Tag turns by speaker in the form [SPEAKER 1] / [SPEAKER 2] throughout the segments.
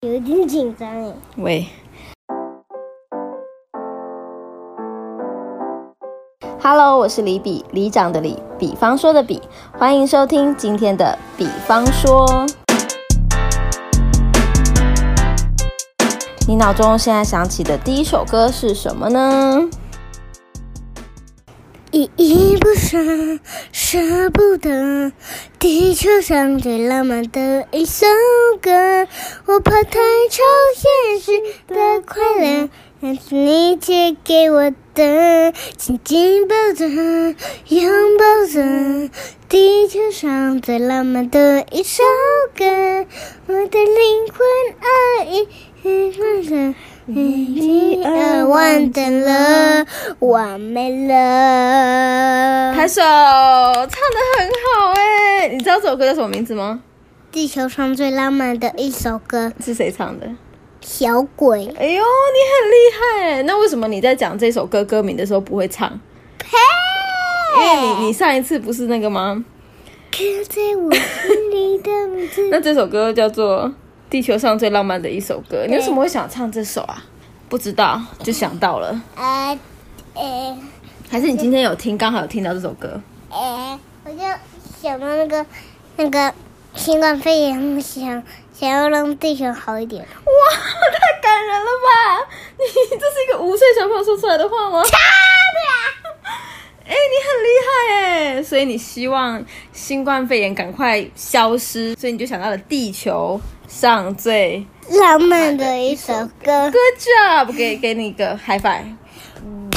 [SPEAKER 1] 有一点紧张哎。
[SPEAKER 2] 喂，
[SPEAKER 3] Hello，我是李比，里长的李，比方说的比，欢迎收听今天的《比方说》。你脑中现在想起的第一首歌是什么呢？
[SPEAKER 1] 一一不舍，舍不得，地球上最浪漫的一首歌。我怕太超现实的快乐，那是你借给我的。紧紧抱着，拥抱着，地球上最浪漫的一首歌。我的灵魂爱已忘了。一二万等了，完美了。
[SPEAKER 3] 拍手，唱的很好哎、你知道这首歌叫什么名字吗？
[SPEAKER 1] 地球上最浪漫的一首歌，
[SPEAKER 3] 是谁唱的？
[SPEAKER 1] 小鬼
[SPEAKER 3] 哎呦，你很厉害！欸那为什么你在讲这首歌歌名的时候不会唱？因为你你上一次不是那个吗？
[SPEAKER 1] 刻在我心里的名字。
[SPEAKER 3] 那这首歌叫做《地球上最浪漫的一首歌》，你为什么会想唱这首啊？不知道，就想到了。
[SPEAKER 1] 呃，呃，
[SPEAKER 3] 还是你今天有听，刚好有听到这首歌？
[SPEAKER 1] 呃，我就想到那个那个新冠肺炎，想想要让地球好一点。
[SPEAKER 3] 哇，太感人了吧！ 你这是一个五岁小朋友说出来的话吗？ 哎、你很厉害哎！所以你希望新冠肺炎赶快消失，所以你就想到了地球上最
[SPEAKER 1] 浪漫的一首歌，
[SPEAKER 3] Good job，给给你一个 high five。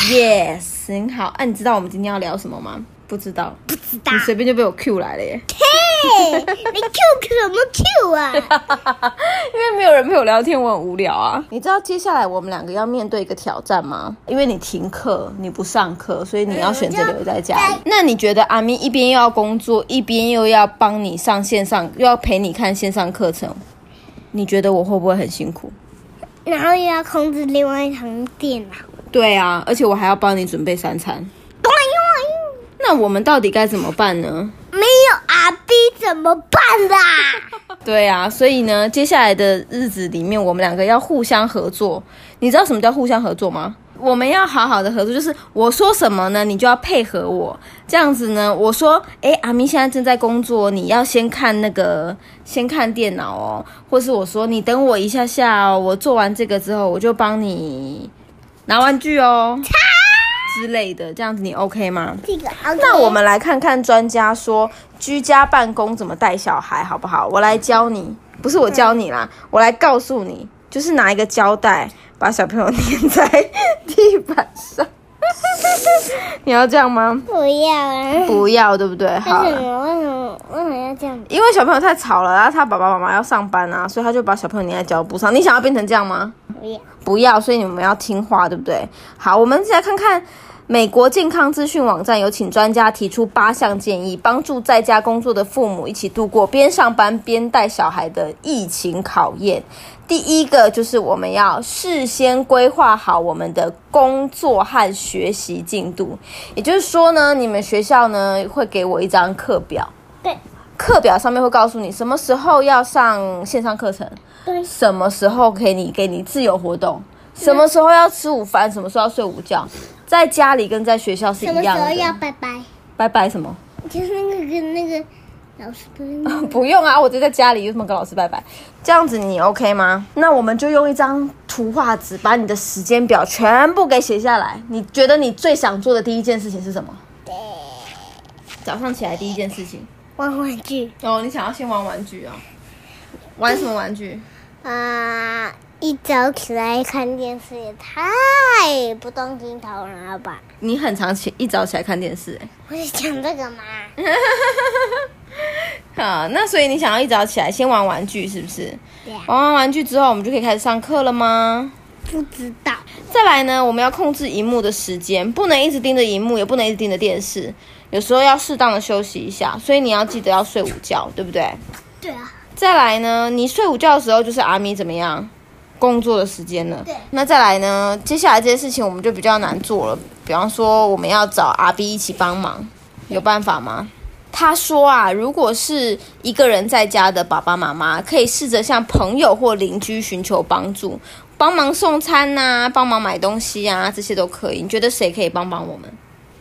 [SPEAKER 3] Yes，很好。哎、你知道我们今天要聊什么吗？不知道，
[SPEAKER 1] 不知道
[SPEAKER 3] 你。随便就被我 Q 来了耶，
[SPEAKER 1] 嘿，你 Q 什么 Q 啊？
[SPEAKER 3] 因为没有人陪我聊天，我很无聊啊。你知道接下来我们两个要面对一个挑战吗？因为你停课，你不上课，所以你要选择留在
[SPEAKER 1] 嗯
[SPEAKER 3] 家里。那你觉得阿咪一边又要工作，一边又要帮你上线上，又要陪你看线上课程，你觉得我会不会很辛苦？
[SPEAKER 1] 然后又要控制另外一堂电脑。
[SPEAKER 3] 对啊，而且我还要帮你准备三餐。
[SPEAKER 1] 咚咚咚
[SPEAKER 3] 那我们到底该怎么办呢？
[SPEAKER 1] 没有阿 B 怎么办啦？
[SPEAKER 3] 对啊，所以呢，接下来的日子里面，我们两个要互相合作。你知道什么叫互相合作吗？我们要好好的合作，就是我说什么呢，你就要配合我。这样子呢，我说，诶，阿咪现在正在工作，你要先看那个，先看电脑哦，或是我说，你等我一下下哦，我做完这个之后，我就帮你拿玩具哦之类的。这样子你 OK 吗？
[SPEAKER 1] 这个 OK
[SPEAKER 3] 那我们来看看专家说居家办公怎么带小孩，好不好？我来教你，不是我教你啦，我来告诉你，就是拿一个胶带把小朋友粘在地板上。 你要这样吗？
[SPEAKER 1] 不要啊！
[SPEAKER 3] 不要，对不对？好
[SPEAKER 1] 为什
[SPEAKER 3] 了。
[SPEAKER 1] 么？为什么？为什么要这样？
[SPEAKER 3] 因为小朋友太吵了，然后他爸爸妈妈要上班啊，所以他就把小朋友粘在胶布上。你想要变成这样吗？
[SPEAKER 1] 不要！
[SPEAKER 3] 不要，所以你们要听话，对不对？好，我们再看看美国健康资讯网站有请专家提出八项建议，帮助在家工作的父母一起度过边上班边带小孩的疫情考验。第一个就是我们要事先规划好我们的工作和学习进度，也就是说呢，你们学校呢会给我一张课表，
[SPEAKER 1] 对
[SPEAKER 3] 课表上面会告诉你什么时候要上线上课程，
[SPEAKER 1] 对，
[SPEAKER 3] 什么时候给你给你自由活动，什么时候要吃午饭，什么时候要睡午觉，在家里跟在学校是一
[SPEAKER 1] 什么时
[SPEAKER 3] 样
[SPEAKER 1] 候要
[SPEAKER 3] 的。
[SPEAKER 1] 拜拜？
[SPEAKER 3] 拜拜什么？
[SPEAKER 1] 就是那个跟那个老师的那个
[SPEAKER 3] 不用啊，我就在家里，有什么跟老师拜拜？这样子你 OK 吗？那我们就用一张图画纸把你的时间表全部给写下来。你觉得你最想做的第一件事情是什么？早上起来第一件事情
[SPEAKER 1] 玩玩具
[SPEAKER 3] 哦，你想要先玩玩具哦，玩什么玩具？
[SPEAKER 1] 啊！一早起来看电视也太不动心头了吧？
[SPEAKER 3] 你很常起一早起来看电视、欸，
[SPEAKER 1] 我在讲这个 嘛，
[SPEAKER 3] 好，那所以你想要一早起来先玩玩具是不是？
[SPEAKER 1] 对啊
[SPEAKER 3] 玩完玩具之后，我们就可以开始上课了吗？
[SPEAKER 1] 不知道。
[SPEAKER 3] 再来呢，我们要控制荧幕的时间，不能一直盯着荧幕，也不能一直盯着电视，有时候要适当的休息一下。所以你要记得要睡午觉，对不对？
[SPEAKER 1] 对啊，
[SPEAKER 3] 再来呢，你睡午觉的时候就是阿咪怎么样工作的时间了。
[SPEAKER 1] 对
[SPEAKER 3] 那再来呢，接下来这些事情我们就比较难做了，比方说我们要找阿 B 一起帮忙，有办法吗？他说啊，如果是一个人在家的爸爸妈妈，可以试着向朋友或邻居寻求帮助，帮忙送餐呐、帮忙买东西啊，这些都可以。你觉得谁可以帮帮我们？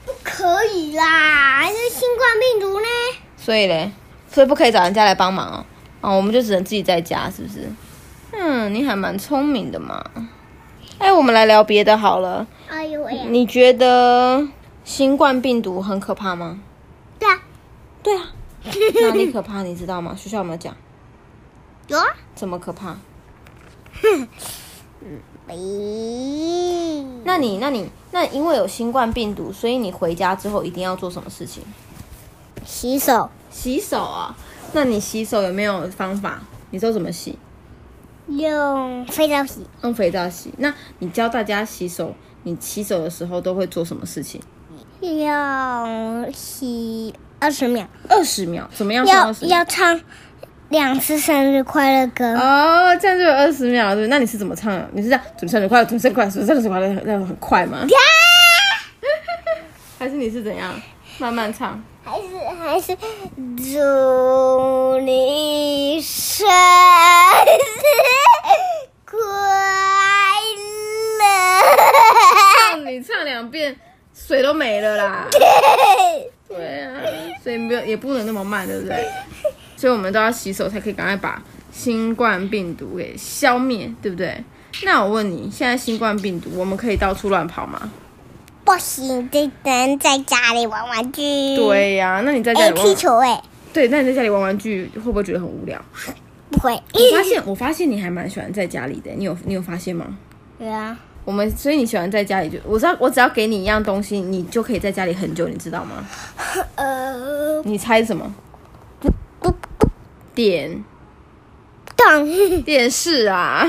[SPEAKER 1] 不可以啦，因为新冠病毒呢。
[SPEAKER 3] 所以嘞，所以不可以找人家来帮忙哦。哦，我们就只能自己在家，是不是？嗯，你还蛮聪明的嘛。哎，我们来聊别的好了。
[SPEAKER 1] 哎呦喂，
[SPEAKER 3] 你觉得新冠病毒很可怕吗？
[SPEAKER 1] 对啊，
[SPEAKER 3] 对 啊，哪里可怕？你知道吗？学校有没有讲？
[SPEAKER 1] 有啊，
[SPEAKER 3] 怎么可怕？
[SPEAKER 1] 喂，
[SPEAKER 3] 那你，那你，那因为有新冠病毒，所以你回家之后一定要做什么事情？
[SPEAKER 1] 洗手，
[SPEAKER 3] 洗手啊。那你洗手有没有方法？你都怎么洗？
[SPEAKER 1] 用肥皂洗，
[SPEAKER 3] 用肥皂洗。那你教大家洗手，你洗手的时候都会做什么事情？
[SPEAKER 1] 要洗二十秒，
[SPEAKER 3] 二十秒，怎么样算
[SPEAKER 1] 要
[SPEAKER 3] 二十秒？
[SPEAKER 1] 要唱两次生日快乐歌。
[SPEAKER 3] 哦，这样就有二十秒，对不对？那你是怎么唱的？你是这样准生日快乐，准生日快乐，准生日快乐，那样很快 吗？还是你是怎样慢慢唱？
[SPEAKER 1] 还是还是祝你生日快 乐！
[SPEAKER 3] 唱哦你唱两遍，水都没了啦。对啊，所以没有也不能那么慢，对不 对？所以我们都要洗手，才可以赶快把新冠病毒给消灭，对不对？那我问你，现在新冠病毒，我们可以到处乱跑吗？
[SPEAKER 1] 不行，这只能在家里玩玩具。，
[SPEAKER 3] 对呀、那你在家
[SPEAKER 1] 哎，
[SPEAKER 3] 里玩
[SPEAKER 1] 踢，球哎，
[SPEAKER 3] 对，那你在家里玩玩具会不会觉得很无聊？
[SPEAKER 1] 不会。
[SPEAKER 3] 我发现，我发现你还蛮喜欢在家里的，你有你有发现吗？
[SPEAKER 1] 对啊，
[SPEAKER 3] 我们所以你喜欢在家里就，我知道，我只要给你一样东西，你就可以在家里很久，你知道吗？
[SPEAKER 1] 呃，
[SPEAKER 3] 你猜什么？
[SPEAKER 1] 不不
[SPEAKER 3] 点
[SPEAKER 1] 懂，
[SPEAKER 3] 电视啊，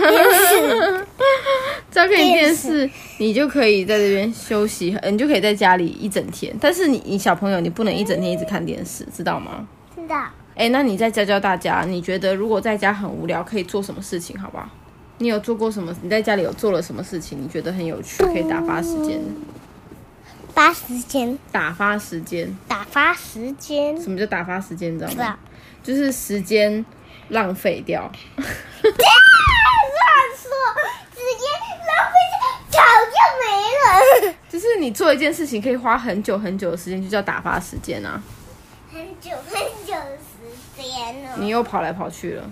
[SPEAKER 3] 只要给你电视，你就可以在这边休息，呃你就可以在家里一整天。但是你你小朋友，你不能一整天一直看电视，知道吗？
[SPEAKER 1] 知道。
[SPEAKER 3] 哎，那你再教教大家，你觉得如果在家很无聊，可以做什么事情，好不好？你有做过什么？你在家里有做了什么事情？你觉得很有趣，可以打发时间？
[SPEAKER 1] 八时间
[SPEAKER 3] 打发时间，
[SPEAKER 1] 打发时间，
[SPEAKER 3] 什么叫打发时间？你知道
[SPEAKER 1] 知
[SPEAKER 3] 吗
[SPEAKER 1] 道？？
[SPEAKER 3] 就是时间浪费掉。
[SPEAKER 1] 乱说，直接浪费掉，早就没了。
[SPEAKER 3] 就是你做一件事情可以花很久很久的时间，就叫打发时间啊。
[SPEAKER 1] 很久很久的时间了。
[SPEAKER 3] 你又跑来跑去了，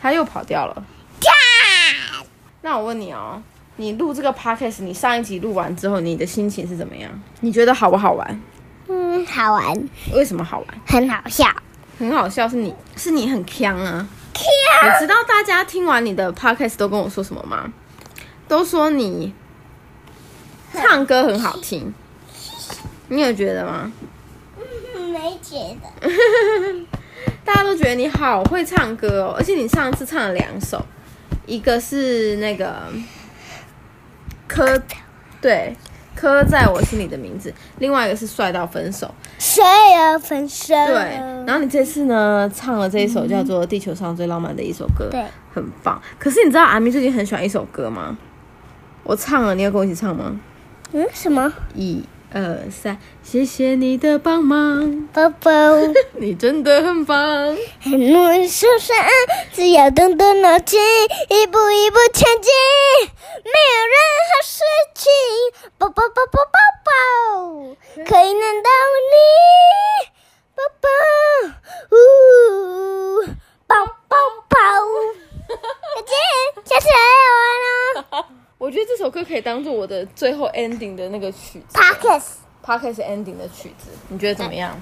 [SPEAKER 3] 他又跑掉了。
[SPEAKER 1] 呀，
[SPEAKER 3] 那我问你哦，你录这个 podcast，你上一集录完之后，你的心情是怎么样？你觉得好不好玩？
[SPEAKER 1] 嗯，好玩，
[SPEAKER 3] 为什么好玩？
[SPEAKER 1] 很好笑。
[SPEAKER 3] 很好笑，是你是你很强啊！你知道大家听完你的 podcast 都跟我说什么吗？都说你唱歌很好听，你有觉得吗？
[SPEAKER 1] 没觉得，
[SPEAKER 3] 大家都觉得你好会唱歌哦，而且你上次唱了两首，一个是那个刻，对，刻在我心里的名字，另外一个是帅到分手，
[SPEAKER 1] 谁要分手？
[SPEAKER 3] 对。然后你这次呢，唱了这一首叫做《地球上最浪漫的一首歌》，
[SPEAKER 1] 对，
[SPEAKER 3] 很棒。可是你知道阿咪最近很喜欢一首歌吗？我唱了，你要跟我一起唱吗？
[SPEAKER 1] 嗯，什么？
[SPEAKER 3] 一二三，谢谢你的帮忙，
[SPEAKER 1] 包包
[SPEAKER 3] 你真的很棒。
[SPEAKER 1] 很容易受伤，啊只要动动脑筋，一步一步前进，没有任何事情。包包包包包包，可以难倒你。包包，呜，包包包。再见，下次还有玩 哦。
[SPEAKER 3] 我觉得这首歌可以当做我的最后 ending 的那个曲子
[SPEAKER 1] Pockets，
[SPEAKER 3] ，podcast ending 的曲子，你觉得怎么样？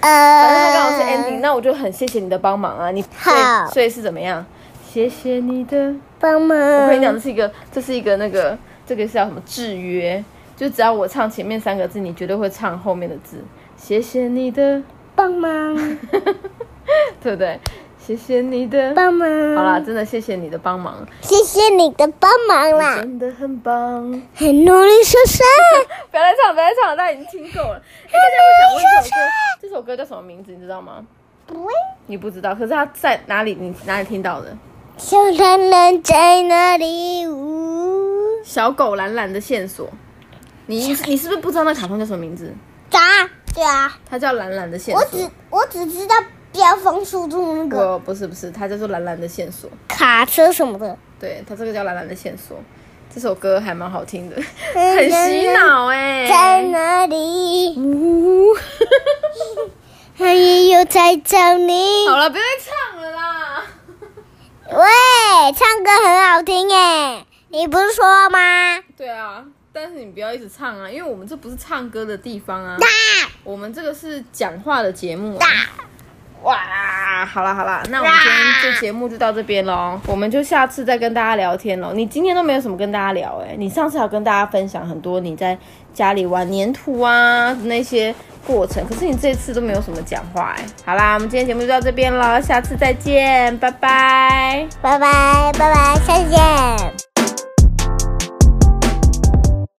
[SPEAKER 1] 呃，
[SPEAKER 3] 反正它刚好是 ending，那我就很谢谢你的帮忙啊！你所
[SPEAKER 1] 好
[SPEAKER 3] 以所以是怎么样？谢谢你的，
[SPEAKER 1] 帮忙。
[SPEAKER 3] 我
[SPEAKER 1] 我
[SPEAKER 3] 跟你讲，这是一个，这是一个那个，这个是叫什么制约？就只要我唱前面三个字，你绝对会唱后面的字。谢谢你的，
[SPEAKER 1] 帮忙，
[SPEAKER 3] 对不对？谢谢你的，
[SPEAKER 1] 帮忙。
[SPEAKER 3] 好啦，，真的谢谢你的帮忙，
[SPEAKER 1] 谢谢你的帮忙啦，
[SPEAKER 3] 真的很棒。
[SPEAKER 1] 很努力受伤。
[SPEAKER 3] 不要再唱，不要再唱了，大家已经听够 了。哎、大家会想问这首歌，这首歌叫什么名字？你知道吗？
[SPEAKER 1] 不会，
[SPEAKER 3] 你不知道，可是它在哪里？你哪里听到的？
[SPEAKER 1] 小懒懒在哪里？呜，
[SPEAKER 3] 小狗懒懒的线索。你你是不是不知道那卡通叫什么名字？
[SPEAKER 1] 咋？对啊，
[SPEAKER 3] 它叫懒懒的线
[SPEAKER 1] 我
[SPEAKER 3] 索。
[SPEAKER 1] 只我只知道飙风速度那个
[SPEAKER 3] 我不是不是，它叫做懒懒的线索。
[SPEAKER 1] 卡车什么的，
[SPEAKER 3] 对，它这个叫懒懒的线索。这首歌还蛮好听的， 很洗脑哎、
[SPEAKER 1] 在哪里？
[SPEAKER 3] 呜，
[SPEAKER 1] 他也有在找你。
[SPEAKER 3] 好了，不要再唱了啦。
[SPEAKER 1] 喂，唱歌很好听耶，你不是说吗？
[SPEAKER 3] 对啊，但是你不要一直唱啊，因为我们这不是唱歌的地方啊，
[SPEAKER 1] 大
[SPEAKER 3] 我们这个是讲话的节目、啊。
[SPEAKER 1] 大，
[SPEAKER 3] 哇，好啦好啦，那我们今天这节目就到这边喽，我们就下次再跟大家聊天喽。你今天都没有什么跟大家聊哎、你上次有跟大家分享很多你在家里玩粘土啊那些过程，可是你这次都没有什么讲话哎、好啦，我们今天节目就到这边了，下次再见，拜拜。
[SPEAKER 1] 拜拜拜拜，下次见。